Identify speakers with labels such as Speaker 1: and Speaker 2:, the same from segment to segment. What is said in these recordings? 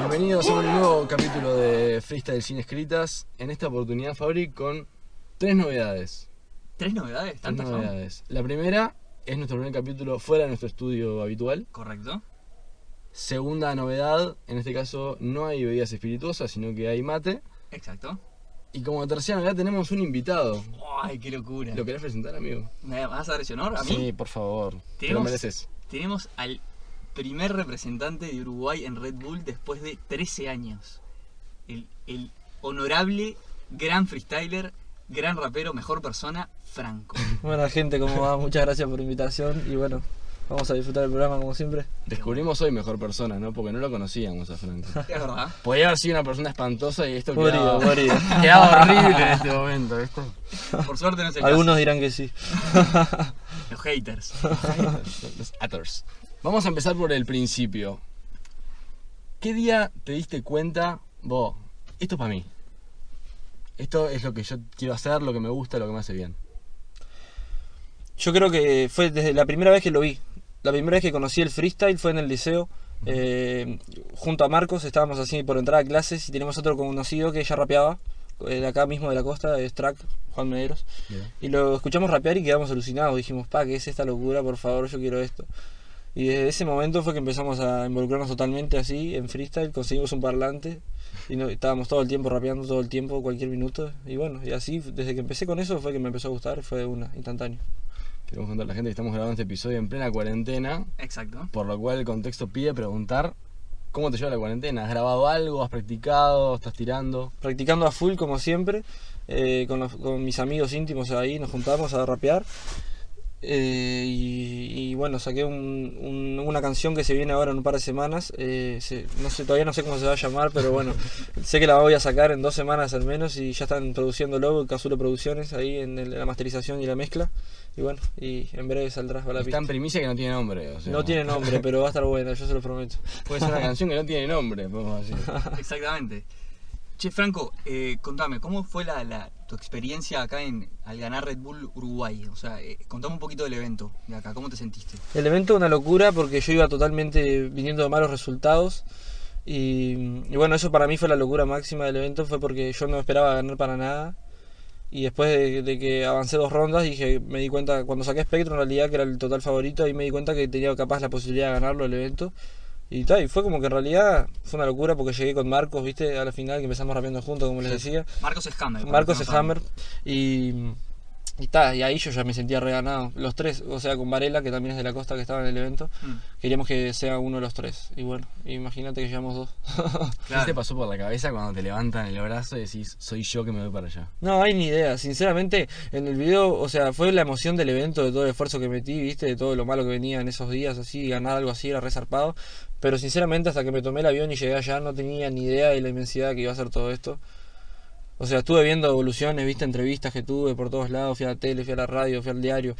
Speaker 1: bienvenidos a un nuevo capítulo de Freestyle Sin Escritas. En esta oportunidad, Fabri, con tres novedades.
Speaker 2: ¿Tres novedades?
Speaker 1: Tres
Speaker 2: ¿Tantas son?
Speaker 1: novedades. La primera es nuestro primer capítulo fuera de nuestro estudio habitual.
Speaker 2: Correcto.
Speaker 1: Segunda novedad, en este caso no hay bebidas espirituosas, sino que hay mate.
Speaker 2: Exacto.
Speaker 1: Y como tercera novedad tenemos un invitado.
Speaker 2: ¡Ay, qué locura!
Speaker 1: ¿Lo querés presentar, amigo?
Speaker 2: ¿Me vas a dar ese honor a mí?
Speaker 1: Sí, por favor. Te lo
Speaker 2: Tenemos-
Speaker 1: mereces.
Speaker 2: Tenemos al primer representante de Uruguay en Red Bull después de 13 años. El, el honorable, gran freestyler, gran rapero, mejor persona, Franco.
Speaker 3: Bueno gente, ¿cómo va? Muchas gracias por la invitación y bueno, vamos a disfrutar el programa como siempre.
Speaker 1: Descubrimos hoy mejor persona, ¿no? Porque no lo conocíamos a Franco.
Speaker 2: Es verdad.
Speaker 1: Podía haber sido una persona espantosa y esto
Speaker 3: Podrido,
Speaker 1: quedaba,
Speaker 3: podrido.
Speaker 1: quedaba horrible en este momento, ¿viste?
Speaker 2: Por suerte no es el
Speaker 3: Algunos dirán que sí.
Speaker 2: caso. Los haters.
Speaker 1: Los Athers. Vamos a empezar por el principio. ¿Qué día te diste cuenta, vos, esto es para mí? Esto es lo que yo quiero hacer, lo que me gusta, lo que me hace bien.
Speaker 3: Yo creo que fue desde la primera vez que lo vi. La primera vez que conocí el freestyle fue en el liceo. eh, junto a Marcos estábamos así por entrar a clases y tenemos otro conocido que ella rapeaba, eh, de acá mismo de la costa, es Track, Juan Medeiros. Y lo escuchamos rapear y quedamos alucinados. Dijimos, pa, ¿qué es esta locura? Por favor, yo quiero esto. Y desde ese momento fue que empezamos a involucrarnos totalmente así, en freestyle. Conseguimos un parlante y no- estábamos todo el tiempo rapeando, todo el tiempo, cualquier minuto. Y bueno, y así, desde que empecé con eso fue que me empezó a gustar, fue una, instantáneo.
Speaker 1: Queremos contar a la gente que estamos grabando este episodio en plena cuarentena,
Speaker 2: Exacto.
Speaker 1: por lo cual el contexto pide preguntar cómo te lleva la cuarentena. ¿Has grabado algo? ¿Has practicado? ¿Estás tirando?
Speaker 3: Practicando a full como siempre, eh, con, los- con mis amigos íntimos ahí, nos juntamos a rapear. Eh, y, y bueno, saqué un- un- una canción que se viene ahora en un par de semanas. eh, se- no sé, todavía no sé cómo se va a llamar, pero bueno, sé que la voy a sacar en dos semanas al menos. Y ya están produciéndolo, Cazulo Producciones, ahí en, el- la masterización y la mezcla. Y bueno, y en breve saldrá a la
Speaker 1: Está
Speaker 3: pista.
Speaker 1: en primicia que no tiene nombre. o sea,
Speaker 3: No tiene nombre, pero va a estar buena, yo se lo prometo.
Speaker 1: Puede ser una canción que no tiene nombre, podemos decir.
Speaker 2: Exactamente. Che, Franco, eh, contame, ¿cómo fue la, la- tu experiencia acá en, al ganar Red Bull Uruguay? O sea, eh, contame un poquito del evento de acá, ¿cómo te sentiste?
Speaker 3: El evento una locura porque yo iba totalmente viniendo de malos resultados y, y bueno, eso para mí fue la locura máxima del evento, fue porque yo no esperaba ganar para nada y después de, de que avancé dos rondas dije, me di cuenta, cuando saqué Spectrum en realidad que era el total favorito, ahí me di cuenta que tenía capaz la posibilidad de ganarlo el evento y, ta, y fue como que en realidad fue una locura porque llegué con Marcos, viste, a la final que empezamos rapeando juntos como les decía
Speaker 2: Marcos es Hammer. para los
Speaker 3: Marcos
Speaker 2: que
Speaker 3: es
Speaker 2: no saben.
Speaker 3: Hammer y, y ta, y ahí yo ya me sentía reganado. Los tres, o sea, con Varela, que también es de la costa, que estaba en el evento,
Speaker 2: Mm,
Speaker 3: queríamos que sea uno de los tres. Y bueno, imagínate que llevamos dos.
Speaker 1: ¿Qué te
Speaker 2: claro.
Speaker 1: pasó por la cabeza cuando te levantan el brazo y decís, soy yo que me voy para allá?
Speaker 3: no, hay ni idea. Sinceramente, en el video, o sea, fue la emoción del evento, de todo el esfuerzo que metí, viste, de todo lo malo que venía en esos días, así, ganar algo así era resarpado. Pero sinceramente, hasta que me tomé el avión y llegué allá, no tenía ni idea de la inmensidad que iba a ser todo esto. O sea, estuve viendo evoluciones, viste entrevistas que tuve por todos lados, fui a la tele, fui a la radio, fui al diario,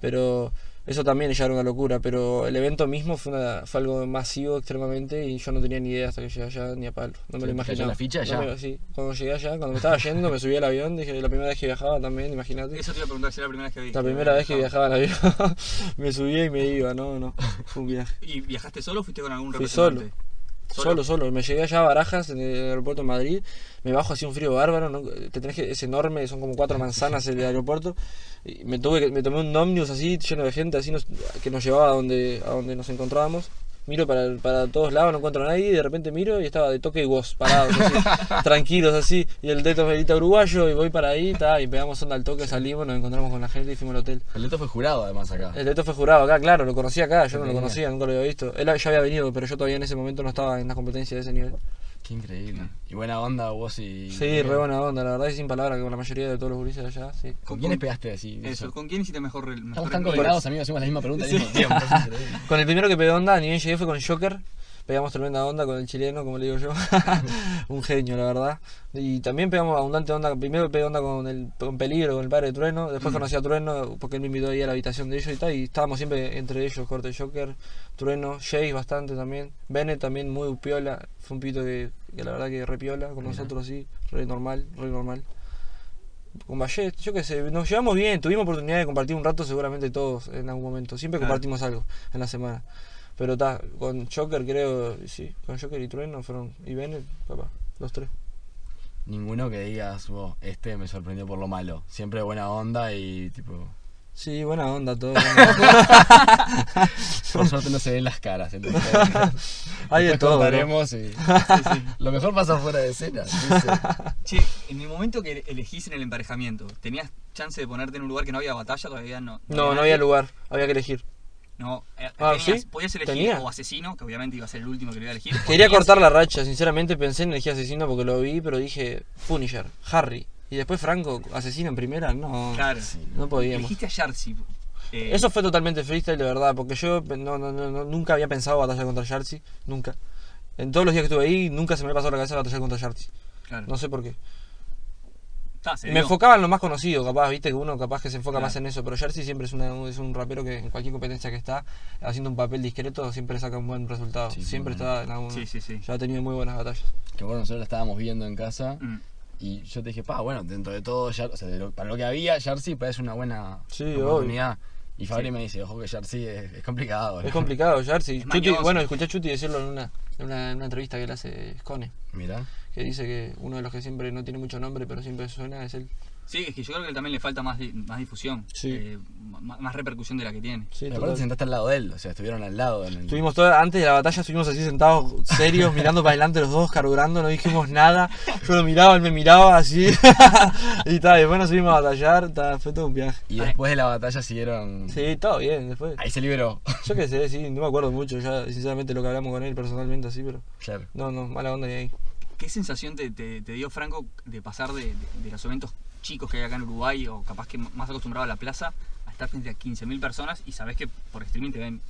Speaker 3: pero eso también ya era una locura, pero el evento mismo fue, una- fue algo masivo extremadamente y yo no tenía ni idea hasta que llegué allá ni a palo, no me
Speaker 1: ¿Te
Speaker 3: lo
Speaker 1: cayó
Speaker 3: imaginaba.
Speaker 1: la ficha
Speaker 3: No
Speaker 1: ya?
Speaker 3: me- sí, cuando llegué allá, cuando me estaba yendo, me subí al avión, dije, la primera vez que viajaba también, imagínate.
Speaker 2: Eso te iba a preguntar si era la primera vez que vi.
Speaker 3: La primera vez que viajaba en avión, me subía y me iba, no, no, fue un viaje.
Speaker 2: ¿Y viajaste solo o fuiste con algún
Speaker 3: Fui
Speaker 2: representante?
Speaker 3: Solo, solo. Me llegué allá a Barajas, en el aeropuerto de Madrid. Me bajo así un frío bárbaro. ¿no? Te tenés que, es enorme, son como cuatro manzanas el aeropuerto. Y me, tuve que- me tomé un ómnibus así, lleno de gente, así nos- que nos llevaba a donde, a donde nos encontrábamos. Miro para, para todos lados, no encuentro a nadie. Y de repente miro y estaba de toque y vos, parados, así, tranquilos así. Y el deto medita uruguayo y voy para ahí. ta, y pegamos onda al toque, salimos, nos encontramos con la gente y fuimos al hotel.
Speaker 1: El leto fue jurado además acá.
Speaker 3: El Leto fue jurado acá, claro, lo conocí acá, yo no lo
Speaker 1: Genial.
Speaker 3: conocía, nunca lo había visto. Él ya había venido, pero yo todavía en ese momento no estaba en la competencia de ese nivel.
Speaker 1: Qué increíble. Y buena onda vos y...
Speaker 3: Sí, re buena onda, la verdad es sin palabras, que con la mayoría de todos los gurises de allá, sí.
Speaker 1: ¿Con quiénes pegaste así?
Speaker 2: Eso, ¿con quién hiciste mejor el mejor
Speaker 1: Estamos tan
Speaker 2: encuentro?
Speaker 1: coordinados, amigos, hacemos la misma pregunta al mismo tiempo. es increíble.
Speaker 3: Con el primero que pegó onda, ni bien llegué, fue con Joker. Pegamos tremenda onda con el chileno, como le digo yo. Un genio, la verdad. Y también pegamos abundante onda. Primero pegué onda con el con Peligro, con el padre de Trueno. Después conocí a Trueno porque él me invitó ahí a la habitación de ellos y tal. Y estábamos siempre entre ellos, corte Joker, Trueno, Jace bastante también. Bennett también, muy piola. Fue un pito que, que la verdad que re piola con nosotros, sí. Re normal, re normal. con Vallet, yo qué sé, nos llevamos bien, tuvimos oportunidad de compartir un rato seguramente todos en algún momento, siempre
Speaker 2: Claro.
Speaker 3: compartimos algo en la semana. Pero está, con Joker creo, sí, con Joker y Trueno fueron, y Bennett, papá, los tres.
Speaker 1: Ninguno que digas, "Wow, este me sorprendió por lo malo. Siempre buena onda y tipo.
Speaker 3: Sí, buena onda todo.
Speaker 1: Por suerte no se ven las caras. Entonces,
Speaker 3: Hay de
Speaker 1: después
Speaker 3: todo. ¿no?
Speaker 1: cortaremos y- Lo mejor pasa fuera de escena. dice.
Speaker 2: Che, en el momento que elegís en el emparejamiento, ¿tenías chance de ponerte en un lugar que no había batalla? Todavía no.
Speaker 3: No, no había lugar, había que elegir.
Speaker 2: No, eh,
Speaker 3: Ah,
Speaker 2: tenías-
Speaker 3: ¿sí?
Speaker 2: podías elegir
Speaker 3: Tenía.
Speaker 2: o asesino, que obviamente iba a ser el último que lo iba a elegir. o
Speaker 3: Quería
Speaker 2: tenías-
Speaker 3: cortar la racha, sinceramente pensé en elegir asesino porque lo vi, pero dije Punisher, Harry. Y después Franco, asesino en primera, no,
Speaker 2: Claro.
Speaker 3: no podíamos.
Speaker 2: Elegiste a Yartzi. eh,
Speaker 3: Eso fue totalmente freestyle, de verdad, porque yo no, no, no, no- nunca había pensado batalla contra Yartzi, nunca. En todos los días que estuve ahí, nunca se me había pasado por la cabeza batalla contra Yartzi.
Speaker 2: Claro.
Speaker 3: No sé por qué.
Speaker 2: Está, se
Speaker 3: Me
Speaker 2: dio.
Speaker 3: enfocaba en lo más conocido, capaz, viste que uno capaz que se enfoca
Speaker 2: Claro.
Speaker 3: más en eso, pero Jersey siempre es, una- es un rapero que en cualquier competencia que está, haciendo un papel discreto, siempre saca un buen resultado.
Speaker 1: Sí,
Speaker 3: siempre
Speaker 1: bueno.
Speaker 3: está en alguna.
Speaker 2: Sí, sí, sí.
Speaker 3: Ya ha tenido muy buenas batallas.
Speaker 1: Que bueno, nosotros la estábamos viendo en casa.
Speaker 2: Mm.
Speaker 1: Y yo te dije, pa, bueno, dentro de todo, Yar- o sea, de lo- para lo que había, Jersey parece una buena
Speaker 3: Sí,
Speaker 1: oportunidad. Y Fabri me dice, ojo que Jersey es, es complicado.
Speaker 3: Es complicado, Jersey.
Speaker 2: Es
Speaker 3: Chuti-
Speaker 2: mañoso.
Speaker 3: bueno, escuché a Chuti decirlo en una, en una, en una entrevista que le hace Scone,
Speaker 1: Mirá.
Speaker 3: que dice que uno de los que siempre no tiene mucho nombre, pero siempre suena, es él.
Speaker 2: Sí, es que yo creo que también le falta más, di- más difusión,
Speaker 3: Sí.
Speaker 2: eh, ma- ma- más repercusión de la que tiene.
Speaker 3: Sí,
Speaker 1: Pero
Speaker 3: total.
Speaker 1: aparte te sentaste al lado de él, o sea, estuvieron al lado. En el-
Speaker 3: Estuvimos toda, antes de la batalla estuvimos así sentados serios, mirando para adelante los dos, carburando, no dijimos nada. Yo lo miraba, él me miraba así. y tal, después nos subimos a batallar, ta, fue todo un viaje.
Speaker 1: Y después de la batalla siguieron...
Speaker 3: Sí, todo bien, después.
Speaker 1: Ahí se liberó.
Speaker 3: Yo qué sé, sí, no me acuerdo mucho ya, sinceramente, lo que hablamos con él personalmente así, pero.
Speaker 1: Claro.
Speaker 3: No, no, mala onda ni ahí.
Speaker 2: ¿Qué sensación te, te- te dio, Franco, de pasar de, de- de los eventos chicos que hay acá en Uruguay o capaz que m- más acostumbrado a la plaza a estar frente a 15.000 personas y sabes que por streaming te ven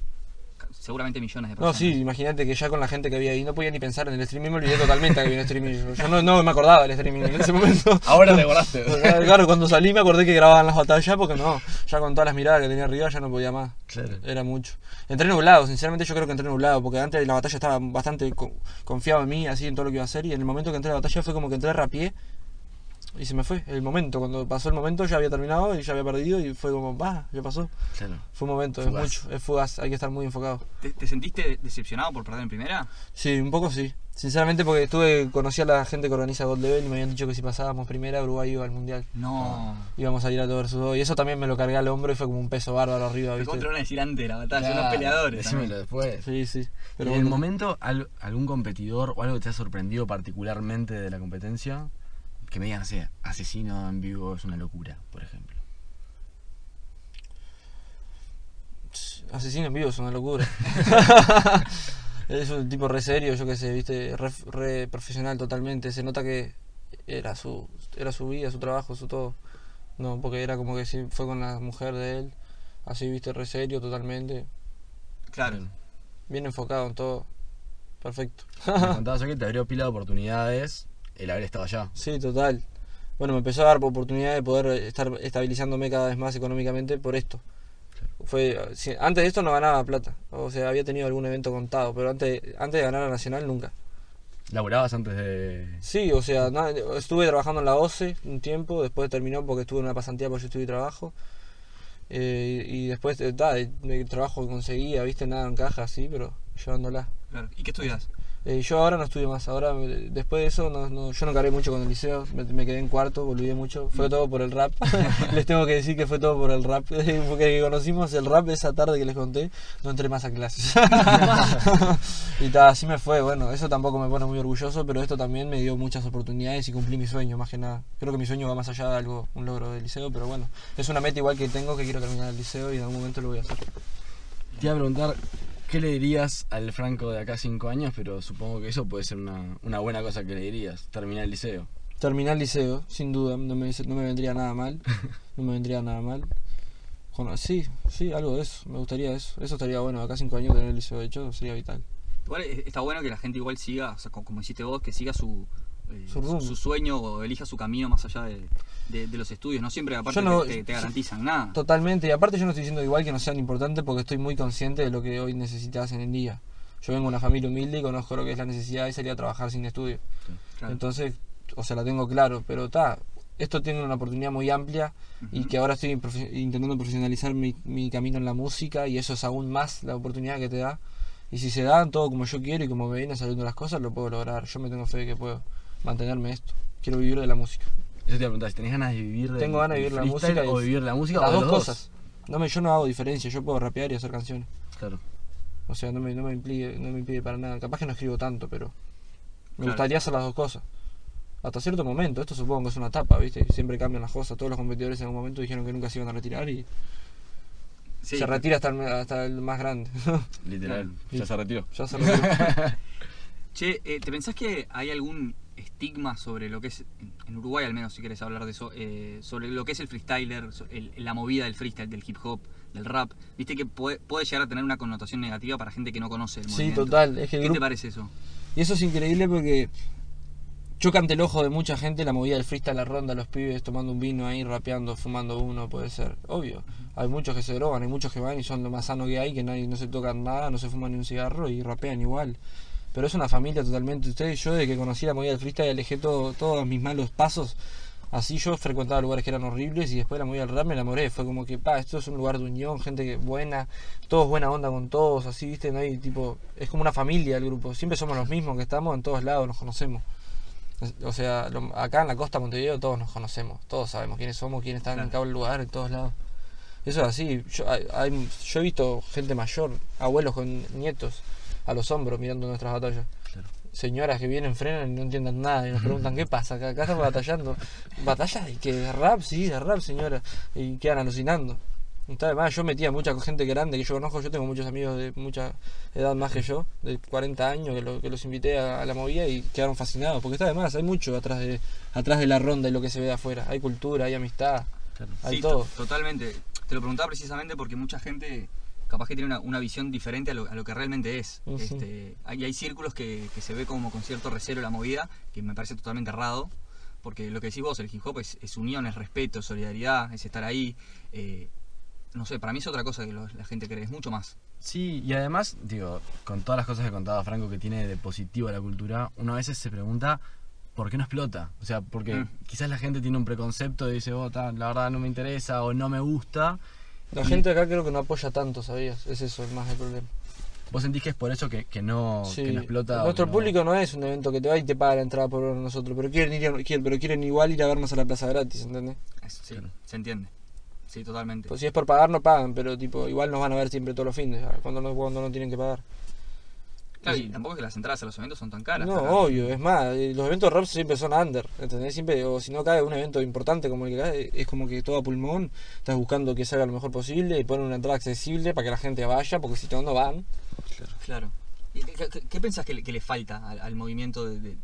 Speaker 2: ca- seguramente millones de
Speaker 3: No,
Speaker 2: personas?
Speaker 3: sí, imagínate que ya con la gente que había ahí no podía ni pensar en el streaming, me olvidé totalmente que había un streaming. Yo no, no me acordaba del streaming en ese momento.
Speaker 1: Ahora te acordaste.
Speaker 3: Claro, cuando salí me acordé que grababan las batallas porque no, ya con todas las miradas que tenía arriba ya no podía más.
Speaker 1: Claro.
Speaker 3: Era mucho. Entré nublado, sinceramente yo creo que entré nublado, porque antes de la batalla estaba bastante co- confiado en mí, así en todo lo que iba a hacer, y en el momento que entré a la batalla fue como que entré rapié y se me fue el momento. Cuando pasó el momento ya había terminado y ya había perdido y fue como, va, ya pasó.
Speaker 1: Claro.
Speaker 3: Fue un momento,
Speaker 1: Fugaz.
Speaker 3: es mucho, es fugaz, hay que estar muy enfocado.
Speaker 2: ¿Te, te sentiste de- decepcionado por perder en primera?
Speaker 3: Sí, un poco sí. Sinceramente porque estuve, conocí a la gente que organiza Gold Level y me habían dicho que si pasábamos primera Uruguay iba al Mundial.
Speaker 2: No.
Speaker 3: Íbamos a ir a todo versus 2 y eso también me lo cargué al hombro y fue como un peso bárbaro arriba,
Speaker 2: Te
Speaker 3: ¿viste?
Speaker 2: lo van a decir antes de la batalla,
Speaker 1: Claro,
Speaker 2: unos peleadores.
Speaker 1: Decímelo
Speaker 2: también.
Speaker 1: después.
Speaker 3: Sí, sí.
Speaker 1: ¿Y en el
Speaker 3: bueno.
Speaker 1: momento al- algún competidor o algo que te ha sorprendido particularmente de la competencia? Que me digan, no sé, asesino en vivo es una locura, por ejemplo.
Speaker 3: Asesino en vivo es una locura. es un tipo re serio, yo qué sé, viste, re, re profesional totalmente. Se nota que era su, era su vida, su trabajo, su todo. No, porque era como que sí, fue con la mujer de él, así, viste, re serio totalmente.
Speaker 2: Claro.
Speaker 3: Bien enfocado en todo. Perfecto.
Speaker 1: Me contabas hoy que te abrió pila de oportunidades el haber estado allá.
Speaker 3: Sí, total. Bueno, me empezó a dar oportunidad de poder estar estabilizándome cada vez más económicamente por esto. Fue, si- antes de esto no ganaba plata, o sea, había tenido algún evento contado, pero antes, antes de ganar a Nacional nunca.
Speaker 1: Laburabas antes de...
Speaker 3: Sí, o sea, na- estuve trabajando en la OCE un tiempo, después terminó porque estuve en una pasantía por YouTube y trabajo. Eh, y, y después, eh, ta, el, el trabajo que conseguía, viste, nada en caja, así, pero llevándola.
Speaker 2: claro. ¿Y qué estudias?
Speaker 3: Eh, yo ahora no estudio más, ahora eh, después de eso no, no- yo no cargué mucho con el liceo, me, me quedé en cuarto, volví mucho, fue todo por el rap, les tengo que decir que fue todo por el rap, porque conocimos el rap esa tarde que les conté, no entré más a clases. y ta, así me fue, bueno, eso tampoco me pone muy orgulloso, pero esto también me dio muchas oportunidades y cumplí mi sueño, más que nada. Creo que mi sueño va más allá de algo, un logro del liceo, pero bueno, es una meta igual que tengo que quiero terminar el liceo y en algún momento lo voy a hacer.
Speaker 1: Te iba a preguntar, ¿qué le dirías al Franco de acá cinco años? Pero supongo que eso puede ser una, una buena cosa que le dirías, terminar el liceo.
Speaker 3: Terminar el liceo, sin duda, no me, no me vendría nada mal. No me vendría nada mal. Con- sí, sí, algo de eso, me gustaría eso. Eso estaría bueno, acá cinco años tener el liceo hecho sería vital.
Speaker 2: Igual eh, está bueno que la gente igual siga, o sea, co- como hiciste vos, que siga su, eh,
Speaker 3: Su rumbo.
Speaker 2: sueño o elija su camino más allá de, de- de los estudios. No siempre, aparte,
Speaker 3: Yo no-
Speaker 2: te, te- te garantizan nada.
Speaker 3: Totalmente, y aparte yo no estoy diciendo igual que no sean importantes porque estoy muy consciente de lo que hoy necesitas en el día. Yo vengo de una familia humilde y conozco lo que es la necesidad y salir a trabajar sin estudio.
Speaker 2: Claro.
Speaker 3: Entonces, o sea, la tengo claro, pero está. Esto tiene una oportunidad muy amplia y que ahora estoy profe- intentando profesionalizar mi, mi camino en la música y eso es aún más la oportunidad que te da. Y si se dan todo como yo quiero y como me vienen saliendo las cosas, lo puedo lograr. Yo me tengo fe de que puedo mantenerme esto. Quiero vivir de la música.
Speaker 1: Yo te iba a preguntar si tenés ganas de vivir de
Speaker 3: Tengo ganas de vivir la música y-
Speaker 1: o vivir la música
Speaker 3: las
Speaker 1: o
Speaker 3: dos
Speaker 1: los
Speaker 3: cosas. No me, yo no hago diferencia, yo puedo rapear y hacer canciones.
Speaker 1: Claro.
Speaker 3: O sea, no me, no me impide, no me impide para nada. Capaz que no escribo tanto, pero me
Speaker 2: Claro.
Speaker 3: gustaría hacer las dos cosas. Hasta cierto momento, esto supongo que es una etapa, ¿viste? Siempre cambian las cosas. Todos los competidores en algún momento dijeron que nunca se iban a retirar y
Speaker 2: Sí,
Speaker 3: se retira hasta el, hasta el más grande.
Speaker 1: Literal. Ya se retiró.
Speaker 3: ya se retiró.
Speaker 2: Che, eh, ¿te pensás que hay algún estigma sobre lo que es, en Uruguay al menos si querés hablar de eso, eh, sobre lo que es el freestyler, so- el- la movida del freestyle, del hip hop, del rap? Viste que puede, puede llegar a tener una connotación negativa para gente que no conoce el
Speaker 3: sí,
Speaker 2: movimiento.
Speaker 3: total. Es que el
Speaker 2: ¿Qué te
Speaker 3: grupo,
Speaker 2: parece eso?
Speaker 3: Y eso es increíble porque choca ante el ojo de mucha gente la movida del freestyle, la ronda, los pibes tomando un vino ahí, rapeando, fumando uno, puede ser. Obvio. Hay muchos que se drogan, hay muchos que van y son lo más sano que hay, que nadie, no se tocan nada, no se fuman ni un cigarro y rapean igual. Pero es una familia totalmente. Ustedes, yo desde que conocí la movida del freestyle alejé todo- todos mis malos pasos. Así yo frecuentaba lugares que eran horribles y después de la movida del rap me enamoré. Fue como que, pa, esto es un lugar de unión, gente que- buena, todos buena onda con todos, así, viste, no hay tipo. Es como una familia el grupo, siempre somos los mismos que estamos en todos lados, nos conocemos. Es- O sea, lo- acá en la costa de Montevideo todos nos conocemos, todos sabemos quiénes somos, quiénes están en
Speaker 2: Claro.
Speaker 3: cada lugar, en todos lados. Eso es así, yo, hay- hay- yo he visto gente mayor, abuelos con nietos, a los hombros mirando nuestras batallas señoras que vienen, frenan y no entiendan nada y nos preguntan qué pasa, acá, acá estamos batallando. Batallas de que de rap, sí, de rap, señora, y quedan alucinando. Está además, yo metía mucha gente grande que yo conozco, yo tengo muchos amigos de mucha edad más que yo, de 40 años, que, lo- que los invité a, a la movida y quedaron fascinados, porque está además, hay mucho atrás de, atrás de la ronda y lo que se ve de afuera, hay cultura, hay amistad, hay
Speaker 2: sí, to-
Speaker 3: todo.
Speaker 2: totalmente. Te lo preguntaba precisamente porque mucha gente capaz que tiene una, una visión diferente a lo, a lo que realmente es.
Speaker 3: Ujú.
Speaker 2: Este, hay, hay círculos que, que se ve como con cierto recelo la movida, que me parece totalmente errado, porque lo que decís vos, el hip hop es, es unión, es respeto, es solidaridad, es estar ahí. eh, no sé, para mí es otra cosa que lo- la gente cree, es mucho más.
Speaker 1: Sí, y además, digo, con todas las cosas que contaba Franco que tiene de positivo la cultura, uno a veces se pregunta por qué no explota. O sea, porque
Speaker 2: Mm.
Speaker 1: quizás la gente tiene un preconcepto y dice, oh, ta, la verdad no me interesa o no me gusta.
Speaker 3: La gente acá creo que no apoya tanto, ¿sabías? Es eso el más el problema.
Speaker 1: ¿Vos sentís que es por eso que, que no,
Speaker 3: Sí,
Speaker 1: que no explota? o
Speaker 3: Nuestro
Speaker 1: que no-
Speaker 3: público no es un evento que te va y te paga la entrada por ver a nosotros, pero quieren, ir, a- quieren- pero quieren igual ir a vernos a la plaza gratis, ¿entendés?
Speaker 2: Es- sí,
Speaker 1: Claro.
Speaker 2: se entiende. Sí, totalmente.
Speaker 3: Pues si es por pagar, no pagan, pero tipo igual nos van a ver siempre todos los fines, ¿sabes? cuando no, cuando no tienen que pagar.
Speaker 2: Claro,
Speaker 3: sí.
Speaker 2: y tampoco es que las entradas a los eventos son tan caras.
Speaker 3: no,
Speaker 2: acá.
Speaker 3: obvio, es más, eh, los eventos rap siempre son under, ¿entendés? Siempre, o si no cae un evento importante como el que cae, es como que todo a pulmón, estás buscando que salga lo mejor posible y ponen una entrada accesible para que la gente vaya, porque si no, no van.
Speaker 2: Claro. ¿Y qué, qué- qué pensás que le, que le falta al, al movimiento de- de-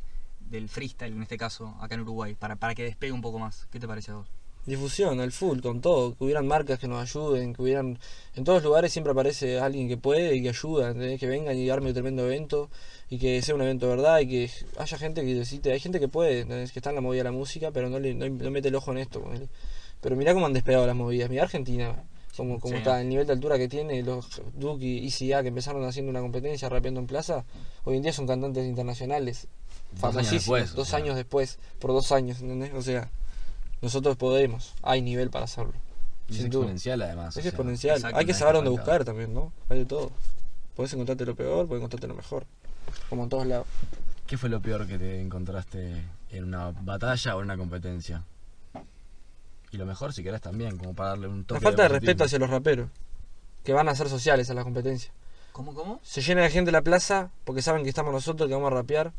Speaker 2: del freestyle, en este caso, acá en Uruguay, para, para que despegue un poco más? ¿Qué te parece a vos?
Speaker 3: difusión al full, con todo, que hubieran marcas que nos ayuden, que hubieran... En todos lugares siempre aparece alguien que puede y que ayuda, ¿entendés? que vengan y arme un tremendo evento y que sea un evento de verdad y que haya gente que necesite, hay gente que puede, ¿entendés? que está en la movida de la música, pero no, le, no, no mete el ojo en esto. ponele. Pero mirá cómo han despegado las movidas, mirá Argentina, como, como
Speaker 2: Sí.
Speaker 3: está, el nivel de altura que tiene, los Duke y ICA que empezaron haciendo una competencia rapeando en plaza, hoy en día son cantantes internacionales,
Speaker 1: Dos años
Speaker 3: famosísimos, dos años
Speaker 1: después,
Speaker 3: después,
Speaker 1: o sea.
Speaker 3: por dos años, ¿entendés? O sea... Nosotros podemos, hay nivel para hacerlo.
Speaker 1: y Es
Speaker 3: sin duda.
Speaker 1: exponencial además.
Speaker 3: Es
Speaker 1: o sea,
Speaker 3: exponencial.
Speaker 2: exacto,
Speaker 3: hay que
Speaker 2: no hay
Speaker 3: saber
Speaker 1: que
Speaker 3: dónde
Speaker 1: arrancar.
Speaker 3: buscar también, ¿no? Hay de todo. Podés encontrarte lo peor, podés encontrarte lo mejor. Como en todos lados.
Speaker 1: ¿Qué fue lo peor que te encontraste en una batalla o en una competencia? Y lo mejor, si querés también, como para darle un toque.
Speaker 3: La falta de
Speaker 1: positivo.
Speaker 3: respeto hacia los raperos, que van a ser sociales a la competencia.
Speaker 2: ¿Cómo, cómo?
Speaker 3: Se llena de gente la plaza porque saben que estamos nosotros, que vamos a rapear,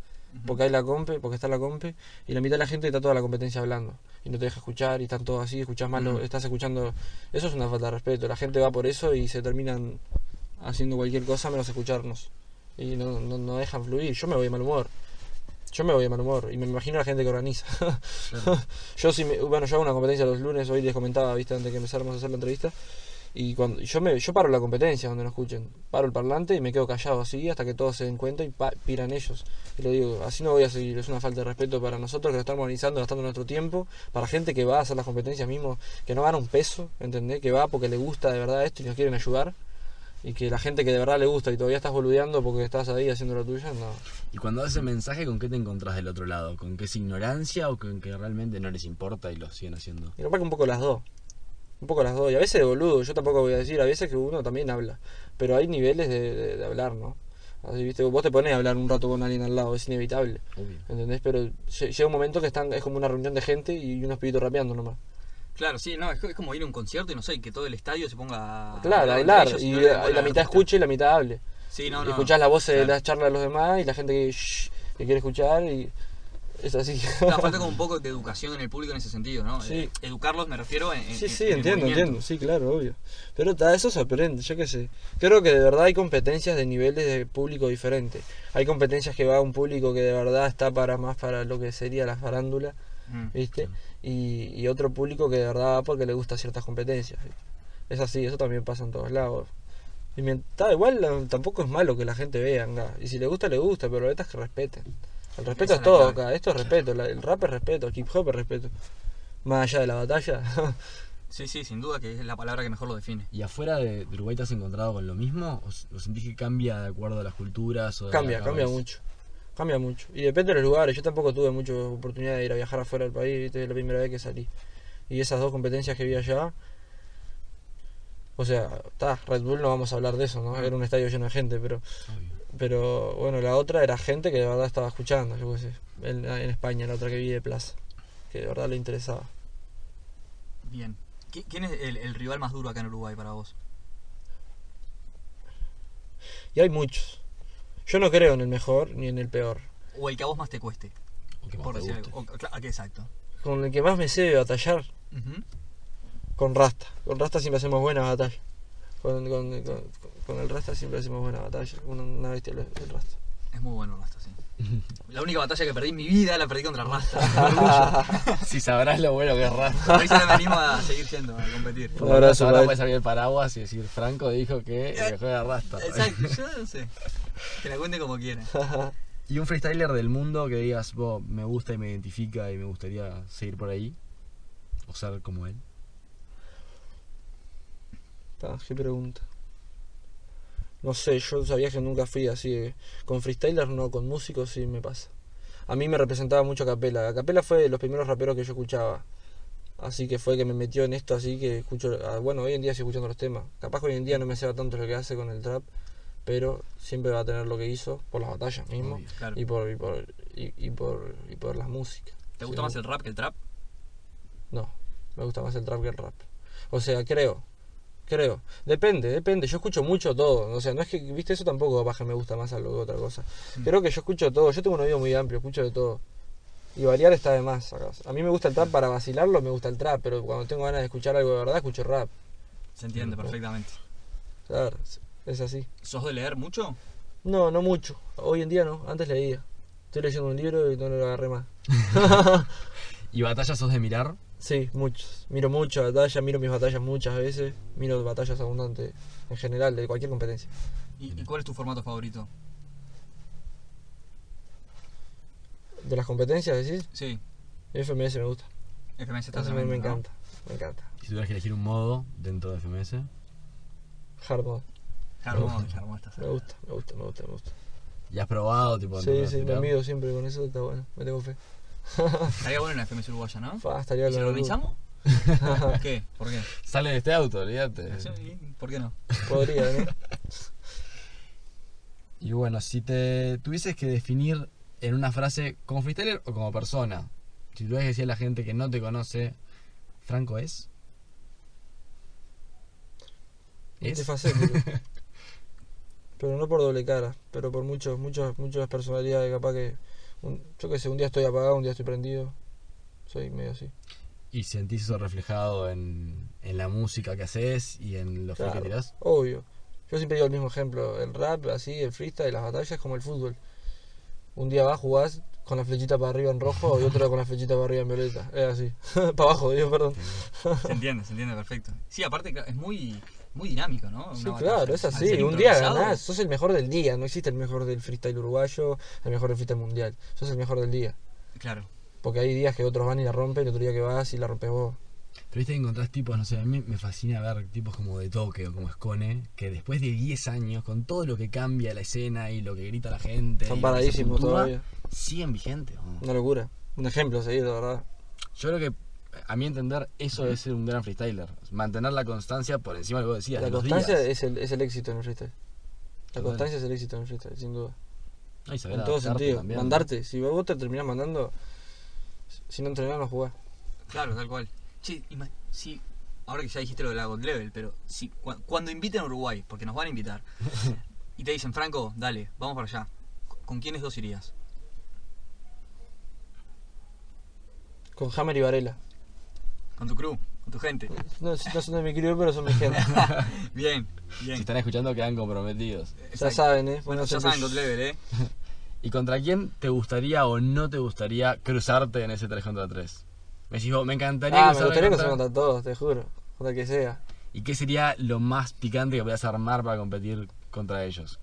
Speaker 3: porque hay la compe, porque está la compe, y la mitad de la gente está toda la competencia hablando. Y no te deja escuchar, y están todos así, escuchás mal, lo-
Speaker 2: Ujú.
Speaker 3: estás escuchando. Eso es una falta de respeto. La gente va por eso y se terminan haciendo cualquier cosa menos escucharnos. Y no, no, no dejan fluir. Yo me voy de mal humor. Yo me voy de mal humor. Y me imagino la gente que organiza. yo sí me- bueno, yo hago una competencia los lunes, hoy les comentaba, viste, antes que empezáramos a hacer la entrevista. Y cuando yo me yo paro la competencia donde no escuchen. Paro el parlante y me quedo callado así hasta que todos se den cuenta y pa- piran ellos. Y le digo, así no voy a seguir, es una falta de respeto para nosotros que lo estamos organizando, gastando nuestro tiempo, para gente que va a hacer las competencias mismo, que no gana un peso, ¿entendés? Que va porque le gusta de verdad esto y nos quieren ayudar. Y que la gente que de verdad le gusta y todavía estás boludeando porque estás ahí haciendo lo tuyo, no.
Speaker 1: Y cuando das ese mensaje, ¿con qué te encontrás del otro lado? ¿Con que es ignorancia o con que realmente no les importa y lo siguen haciendo?
Speaker 3: Y capaz que un poco las dos. Un poco las dos. Y a veces de boludo, yo tampoco voy a decir, a veces que uno también habla. Pero hay niveles de, de- de hablar, ¿no? Así, ¿viste? Vos te pones a hablar un rato con alguien al lado, es inevitable. ¿Entendés? Pero lle- llega un momento que están, es como una reunión de gente y unos pibitos rapeando nomás.
Speaker 2: Claro, sí, no, es, co- es como ir a un concierto y no sé, que todo el estadio se ponga a
Speaker 3: claro,
Speaker 2: entre
Speaker 3: hablar.
Speaker 2: Ah, ellos
Speaker 3: Y,
Speaker 2: no le
Speaker 3: la,
Speaker 2: pongan
Speaker 3: la mitad
Speaker 2: respuesta.
Speaker 3: escucha y la mitad hable.
Speaker 2: Sí, no, no.
Speaker 3: Escuchás las voces de
Speaker 2: Claro.
Speaker 3: las charlas de los demás y la gente que, shh, que quiere escuchar y es así.
Speaker 2: Claro, falta como un poco de educación en el público en ese sentido, ¿no?
Speaker 3: Sí.
Speaker 2: Eh, Educarlos me refiero en, en-
Speaker 3: Sí,
Speaker 2: en-
Speaker 3: sí,
Speaker 2: en el
Speaker 3: entiendo,
Speaker 2: movimiento.
Speaker 3: entiendo. Sí, claro, obvio. Pero ta, eso se aprende, yo qué sé. Creo que de verdad hay competencias de niveles de público diferentes. Hay competencias que va a un público que de verdad está para más para lo que sería la farándula,
Speaker 2: Mm.
Speaker 3: ¿viste? Y, y otro público que de verdad va porque le gusta ciertas competencias. ¿viste? Es así, eso también pasa en todos lados. Y mien- ta, igual no, tampoco es malo que la gente vea, nga. y si le gusta, le gusta, pero la neta es que respeten. El
Speaker 2: Esa
Speaker 3: respeto es
Speaker 2: es la
Speaker 3: todo
Speaker 2: clave.
Speaker 3: acá, esto es respeto, la- el rap es respeto, el hip hop es respeto. Más allá de la batalla,
Speaker 2: Sí, sí, sin duda que es la palabra que mejor lo define.
Speaker 1: ¿Y afuera de, de Uruguay te has encontrado con lo mismo? ¿O, s- o sentís que cambia de acuerdo a las culturas? O de
Speaker 3: Cambia,
Speaker 1: la
Speaker 3: cambia
Speaker 1: cabeza?
Speaker 3: mucho. Cambia mucho. Y depende de los lugares. Yo tampoco tuve mucha oportunidad de ir a viajar afuera del país. ¿viste? Es la primera vez que salí. Y esas dos competencias que vi allá. O sea, está, Red Bull no vamos a hablar de eso, ¿no? Era un estadio lleno de gente, pero.
Speaker 1: Obvio.
Speaker 3: Pero bueno, la otra era gente que de verdad estaba escuchando, yo qué sé. En, en España, la otra que vi de Plaza. Que de verdad le interesaba.
Speaker 2: Bien. ¿Qui- ¿Quién es el, el rival más duro acá en Uruguay para vos?
Speaker 3: Y hay muchos. Yo no creo en el mejor ni en el peor.
Speaker 2: O el que a vos más te cueste,
Speaker 1: O que más
Speaker 2: por
Speaker 1: te
Speaker 2: decir
Speaker 1: guste.
Speaker 2: algo. O- cla- ah, que exacto.
Speaker 3: Con el que más me sé batallar
Speaker 2: Ujú.
Speaker 3: con Rasta. Con Rasta siempre hacemos buena batalla. Con, con- con- con el Rasta siempre hacemos buena batalla. Una, una bestia el, el Rasta.
Speaker 2: Es muy bueno Rasta, sí. La única batalla que perdí en mi vida la perdí contra Rasta. Con orgullo.
Speaker 1: Si sabrás lo bueno que es Rasta.
Speaker 2: Por eso me animo a seguir yendo, a competir.
Speaker 3: Un abrazo,
Speaker 1: Ahora
Speaker 3: Val.
Speaker 1: puedes abrir el paraguas y decir, Franco dijo que el que juega Rasta.
Speaker 3: eh.
Speaker 2: Exacto, yo no sé. Que la cuente como quiera.
Speaker 1: Y un freestyler del mundo que digas, "Bo, me gusta y me identifica y me gustaría seguir por ahí. O ser como él.
Speaker 3: Ta, qué pregunta. No sé, yo sabía que nunca fui así. eh, Con freestylers no, con músicos sí me pasa. A mí me representaba mucho Capela. Capela fue de los primeros raperos que yo escuchaba. Así que fue que me metió en esto, así que escucho... ah, Bueno, hoy en día estoy escuchando los temas. Capaz que hoy en día no me ceba tanto lo que hace con el trap, pero siempre va a tener lo que hizo por las batallas mismo.
Speaker 1: Obvio.
Speaker 2: Claro.
Speaker 3: y por y por y, y por y por las músicas
Speaker 2: ¿Te gusta
Speaker 3: Sí,
Speaker 2: más
Speaker 3: me-
Speaker 2: el rap que el trap?
Speaker 3: no me gusta más el trap que el rap o sea creo creo depende depende yo escucho mucho todo o sea no es que viste eso tampoco capaz que me gusta más algo que otra cosa creo que yo escucho todo yo tengo un oído muy amplio escucho de todo y variar está de más acá. a mí me gusta el trap para vacilarlo me gusta el trap pero cuando tengo ganas de escuchar algo de verdad escucho rap
Speaker 2: Se entiende perfectamente.
Speaker 3: claro es- es así
Speaker 2: ¿Sos de leer mucho?
Speaker 3: no no mucho hoy en día no antes leía estoy leyendo un libro y no lo agarré más
Speaker 1: ¿Y batalla sos de mirar?
Speaker 3: Sí, muchos. Miro muchas batallas, miro mis batallas muchas veces, miro batallas abundantes en general, de cualquier competencia.
Speaker 2: ¿Y, y cuál es tu formato favorito?
Speaker 3: De las competencias, decís,
Speaker 2: Sí,
Speaker 3: FMS me gusta.
Speaker 2: FMS está
Speaker 3: Ese me,
Speaker 2: tremendo,
Speaker 3: me
Speaker 2: ¿no?
Speaker 3: encanta, me encanta.
Speaker 1: Si tuvieras que elegir un modo dentro de FMS.
Speaker 3: Hard mode,
Speaker 2: Hard mode, hard mode está
Speaker 3: me
Speaker 2: cerca.
Speaker 3: gusta, me gusta, me gusta, me gusta.
Speaker 1: ¿Y has probado? Tipo,
Speaker 3: Sí,
Speaker 1: dentro de
Speaker 3: sí, me
Speaker 1: tirar?
Speaker 3: mido siempre con eso, está bueno, me tengo fe.
Speaker 2: Estaría bueno una FMS uruguaya, ¿no?
Speaker 3: Fa, estaría
Speaker 2: ¿Y si
Speaker 3: la
Speaker 2: lo
Speaker 3: locura.
Speaker 2: organizamos? ¿Qué? ¿Por qué?
Speaker 1: Sale de este auto, olvídate.
Speaker 2: Sí, ¿Por qué no?
Speaker 3: Podría, ¿no?
Speaker 1: Y bueno, si te tuvieses que definir en una frase como freestyler o como persona, si tuvieras que decir a la gente que no te conoce, Franco es.
Speaker 3: Este
Speaker 1: Es.
Speaker 3: Multifacético. pero no por doble cara, pero por muchos, muchas, muchas personalidades, capaz que. un- yo qué sé, un día estoy apagado, un día estoy prendido. Soy medio así.
Speaker 1: Y sentís eso reflejado en, en la música que haces y en los frees que
Speaker 3: Claro,
Speaker 1: tirás.
Speaker 3: Obvio. Yo siempre digo el mismo ejemplo. El rap, así, el freestyle, las batallas, es como el fútbol. Un día vas, jugás con la flechita para arriba en rojo y otro con la flechita para arriba en violeta. Es así. para abajo, digo, perdón.
Speaker 2: Se entiende, se entiende perfecto. Sí, aparte claro, es muy, muy dinámico, ¿no? Una
Speaker 3: Sí,
Speaker 2: batalla.
Speaker 3: claro, es
Speaker 2: Al
Speaker 3: así.
Speaker 2: ser
Speaker 3: Un día
Speaker 2: improvisado,
Speaker 3: ganás. Sos el mejor del día. No existe el mejor del freestyle uruguayo, el mejor del freestyle mundial. Sos el mejor del día.
Speaker 2: Claro.
Speaker 3: Porque hay días que otros van y la rompen y otro día que vas y la rompes vos.
Speaker 1: Pero viste que encontrás tipos, no sé, a mí me fascina ver tipos como de toque o como Escone, que después de 10 años, con todo lo que cambia la escena y lo que grita la gente,
Speaker 3: Están
Speaker 1: y lo que se
Speaker 3: paradísimos
Speaker 1: puntúa,
Speaker 3: todavía.
Speaker 1: siguen vigentes. ¿no?
Speaker 3: Una locura. Un ejemplo a seguir, la verdad.
Speaker 1: Yo creo que, a mi entender, eso es ser un gran freestyler. Mantener la constancia por encima de lo que vos decías.
Speaker 3: La
Speaker 1: de los
Speaker 3: constancia
Speaker 1: días.
Speaker 3: es el, es el éxito en el freestyle. La
Speaker 1: Total.
Speaker 3: constancia es el éxito en el freestyle, sin duda.
Speaker 1: Ay, saber
Speaker 3: En todo
Speaker 1: adaptarte
Speaker 3: sentido.
Speaker 1: también, ¿no?
Speaker 3: Mandarte. Si vos te terminás mandando, si no entrenás, no jugás.
Speaker 2: Claro, tal cual. Che, ima- si, ahora que ya dijiste lo de la God Level, pero si, cua- cuando inviten a Uruguay, porque nos van a invitar, y te dicen, Franco, dale, vamos para allá, ¿con- ¿con quiénes dos irías?
Speaker 3: Con Hammer y Varela.
Speaker 2: ¿Con tu crew? ¿Con tu gente?
Speaker 3: No, no son de mi crew, pero son mi gente.
Speaker 2: bien,
Speaker 1: Si
Speaker 2: bien.
Speaker 1: están escuchando, quedan comprometidos.
Speaker 3: ya
Speaker 2: Exacto.
Speaker 3: saben, ¿eh?
Speaker 2: Bueno,
Speaker 3: Buenos
Speaker 2: ya saben God
Speaker 3: servicios.
Speaker 2: Level, ¿eh?
Speaker 1: ¿Y contra quién te gustaría o no te gustaría cruzarte en ese 3 contra 3? Me decís, vos, me encantaría
Speaker 3: Ah, me
Speaker 1: cruzarme
Speaker 3: gustaría que se
Speaker 1: contra-
Speaker 3: mandan todos, te juro. Contra que sea.
Speaker 1: ¿Y qué sería lo más picante que podías armar para competir contra ellos?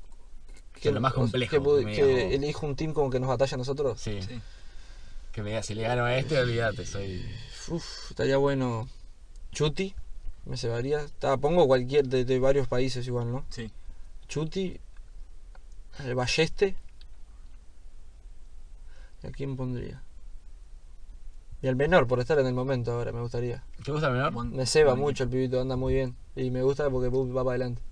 Speaker 1: Que es lo más
Speaker 3: o sea,
Speaker 1: complejo,
Speaker 3: Que, pod-
Speaker 1: medio.
Speaker 3: que elijo un team como que nos batalla a nosotros.
Speaker 1: Sí.
Speaker 2: Sí.
Speaker 1: Que me digas, si le gano a este, olvídate, soy.
Speaker 3: Uf, estaría bueno. Chuti, me cebaría. Ta, pongo cualquier de, de varios países igual, ¿no?
Speaker 2: Sí.
Speaker 3: Chuti, el Balleste. ¿Y a quién pondría? Y al menor, por estar en el momento ahora, me gustaría.
Speaker 1: ¿Te gusta el menor?
Speaker 2: Buen-
Speaker 3: Me ceba
Speaker 2: buen
Speaker 3: mucho el pibito, anda muy bien. Y me gusta porque va para adelante.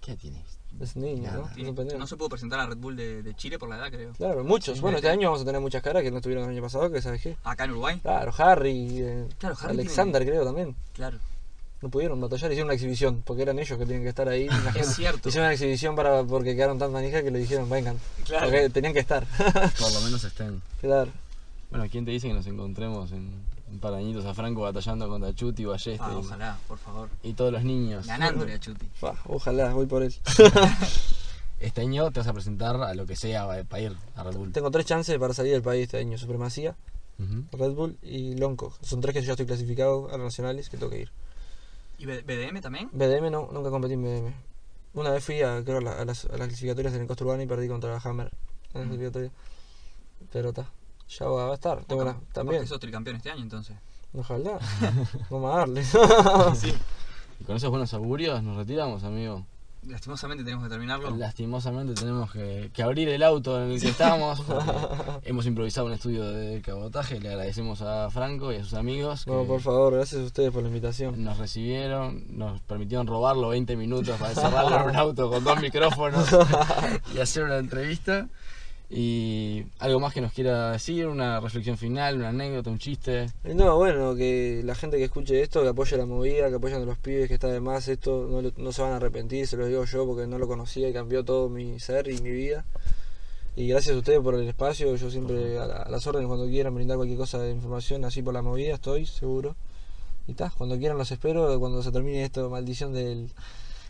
Speaker 1: ¿Qué tienes?
Speaker 3: Es niño, ¿no?
Speaker 1: Nada.
Speaker 3: Es
Speaker 2: equipo. Sí,
Speaker 3: un pendejo.
Speaker 2: No se pudo presentar a Red Bull de, de Chile por la edad, creo.
Speaker 3: Claro, muchos. Bueno, este año vamos a tener muchas caras que no tuvieron el año pasado, que sabes qué.
Speaker 2: Acá en Uruguay.
Speaker 3: Claro, Harry, eh,
Speaker 2: Claro, Harry
Speaker 3: Alexander creo también.
Speaker 2: Claro.
Speaker 3: No pudieron batallar, hicieron una exhibición, porque eran ellos que tenían que estar ahí. La
Speaker 2: Es
Speaker 3: gente-
Speaker 2: cierto.
Speaker 3: Hicieron una exhibición para porque quedaron tan manijas que le dijeron, vengan.
Speaker 2: Claro.
Speaker 3: Porque tenían que estar.
Speaker 1: Por lo menos estén.
Speaker 3: claro.
Speaker 1: Bueno, ¿quién te dice que nos encontremos en un par de añitos a Franco batallando contra Chuti, Balleste
Speaker 3: Este
Speaker 2: Ah,
Speaker 1: y-
Speaker 2: ojalá, por favor.
Speaker 1: y todos los niños?
Speaker 2: Ganándole a Chuti.
Speaker 3: Fa, ojalá, voy por él.
Speaker 1: Este año te vas a presentar a lo que sea va- para ir a Red Bull.
Speaker 3: Tengo tres chances para salir del país este año. Supremacía,
Speaker 1: Ujú.
Speaker 3: Red Bull y Lonco. Son tres que yo ya estoy clasificado a los nacionales que tengo que ir.
Speaker 2: ¿Y B- BDM también?
Speaker 3: BDM no, nunca competí en BDM. Una vez fui a, creo, a, la- a las, a las clasificatorias en el Costa Urbana y perdí contra la Hammer. En la clasificatoria. Pero está, ya va a estar. Tengo una, también.
Speaker 2: Porque sos tricampeón este año, entonces.
Speaker 3: Ojalá. Vamos a darle.
Speaker 1: Y con esos buenos augurios nos retiramos, amigo.
Speaker 2: Lastimosamente tenemos que terminarlo.
Speaker 1: Lastimosamente tenemos que, que abrir el auto en el que estamos. porque Hemos improvisado un estudio de cabotaje. Le agradecemos a Franco y a sus amigos que
Speaker 3: No, por favor, gracias a ustedes por la invitación.
Speaker 1: nos recibieron, nos permitieron robarlo 20 minutos para encerrarlo en un auto con dos micrófonos y hacer una entrevista. Y algo más que nos quiera decir, una reflexión final, una anécdota, un chiste.
Speaker 3: Y No, bueno, que la gente que escuche esto, que apoye la movida, que apoyen a los pibes, que está de más, esto no, lo- no se van a arrepentir, se los digo yo porque no lo conocía y cambió todo mi ser y mi vida. Y gracias a ustedes por el espacio, yo siempre a, la- a las órdenes cuando quieran brindar cualquier cosa de información, así por la movida estoy, seguro. Y está, cuando quieran los espero, cuando se termine esta maldición del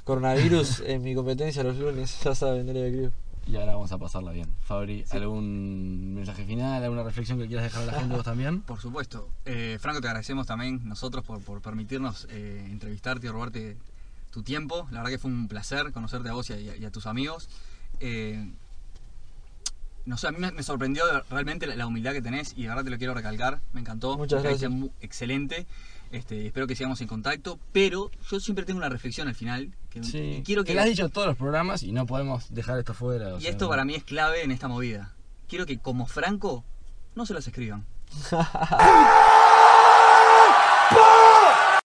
Speaker 3: coronavirus en mi competencia los lunes, ya saben, no le creo.
Speaker 1: Y ahora vamos a pasarla bien. Fabri, ¿algún mensaje final, alguna reflexión que quieras dejar a la gente vos también?
Speaker 2: Por supuesto. Eh, Franco, te agradecemos también nosotros por, por permitirnos eh, entrevistarte y robarte tu tiempo. La verdad que fue un placer conocerte a vos y a, y a- y a tus amigos. Eh, no sé, a mí me, me sorprendió de- realmente la, la humildad que tenés y de verdad te lo quiero recalcar. Me encantó.
Speaker 3: Muchas
Speaker 2: Me caíste
Speaker 3: gracias.
Speaker 2: mu- Excelente. Este, y espero que sigamos en contacto. Pero yo siempre tengo una reflexión al final. Que y quiero que,
Speaker 1: Te lo has dicho en todos los programas y no podemos dejar esto fuera. o
Speaker 2: y
Speaker 1: sea,
Speaker 2: esto para mí es clave en esta movida. Quiero que como Franco no se las escriban.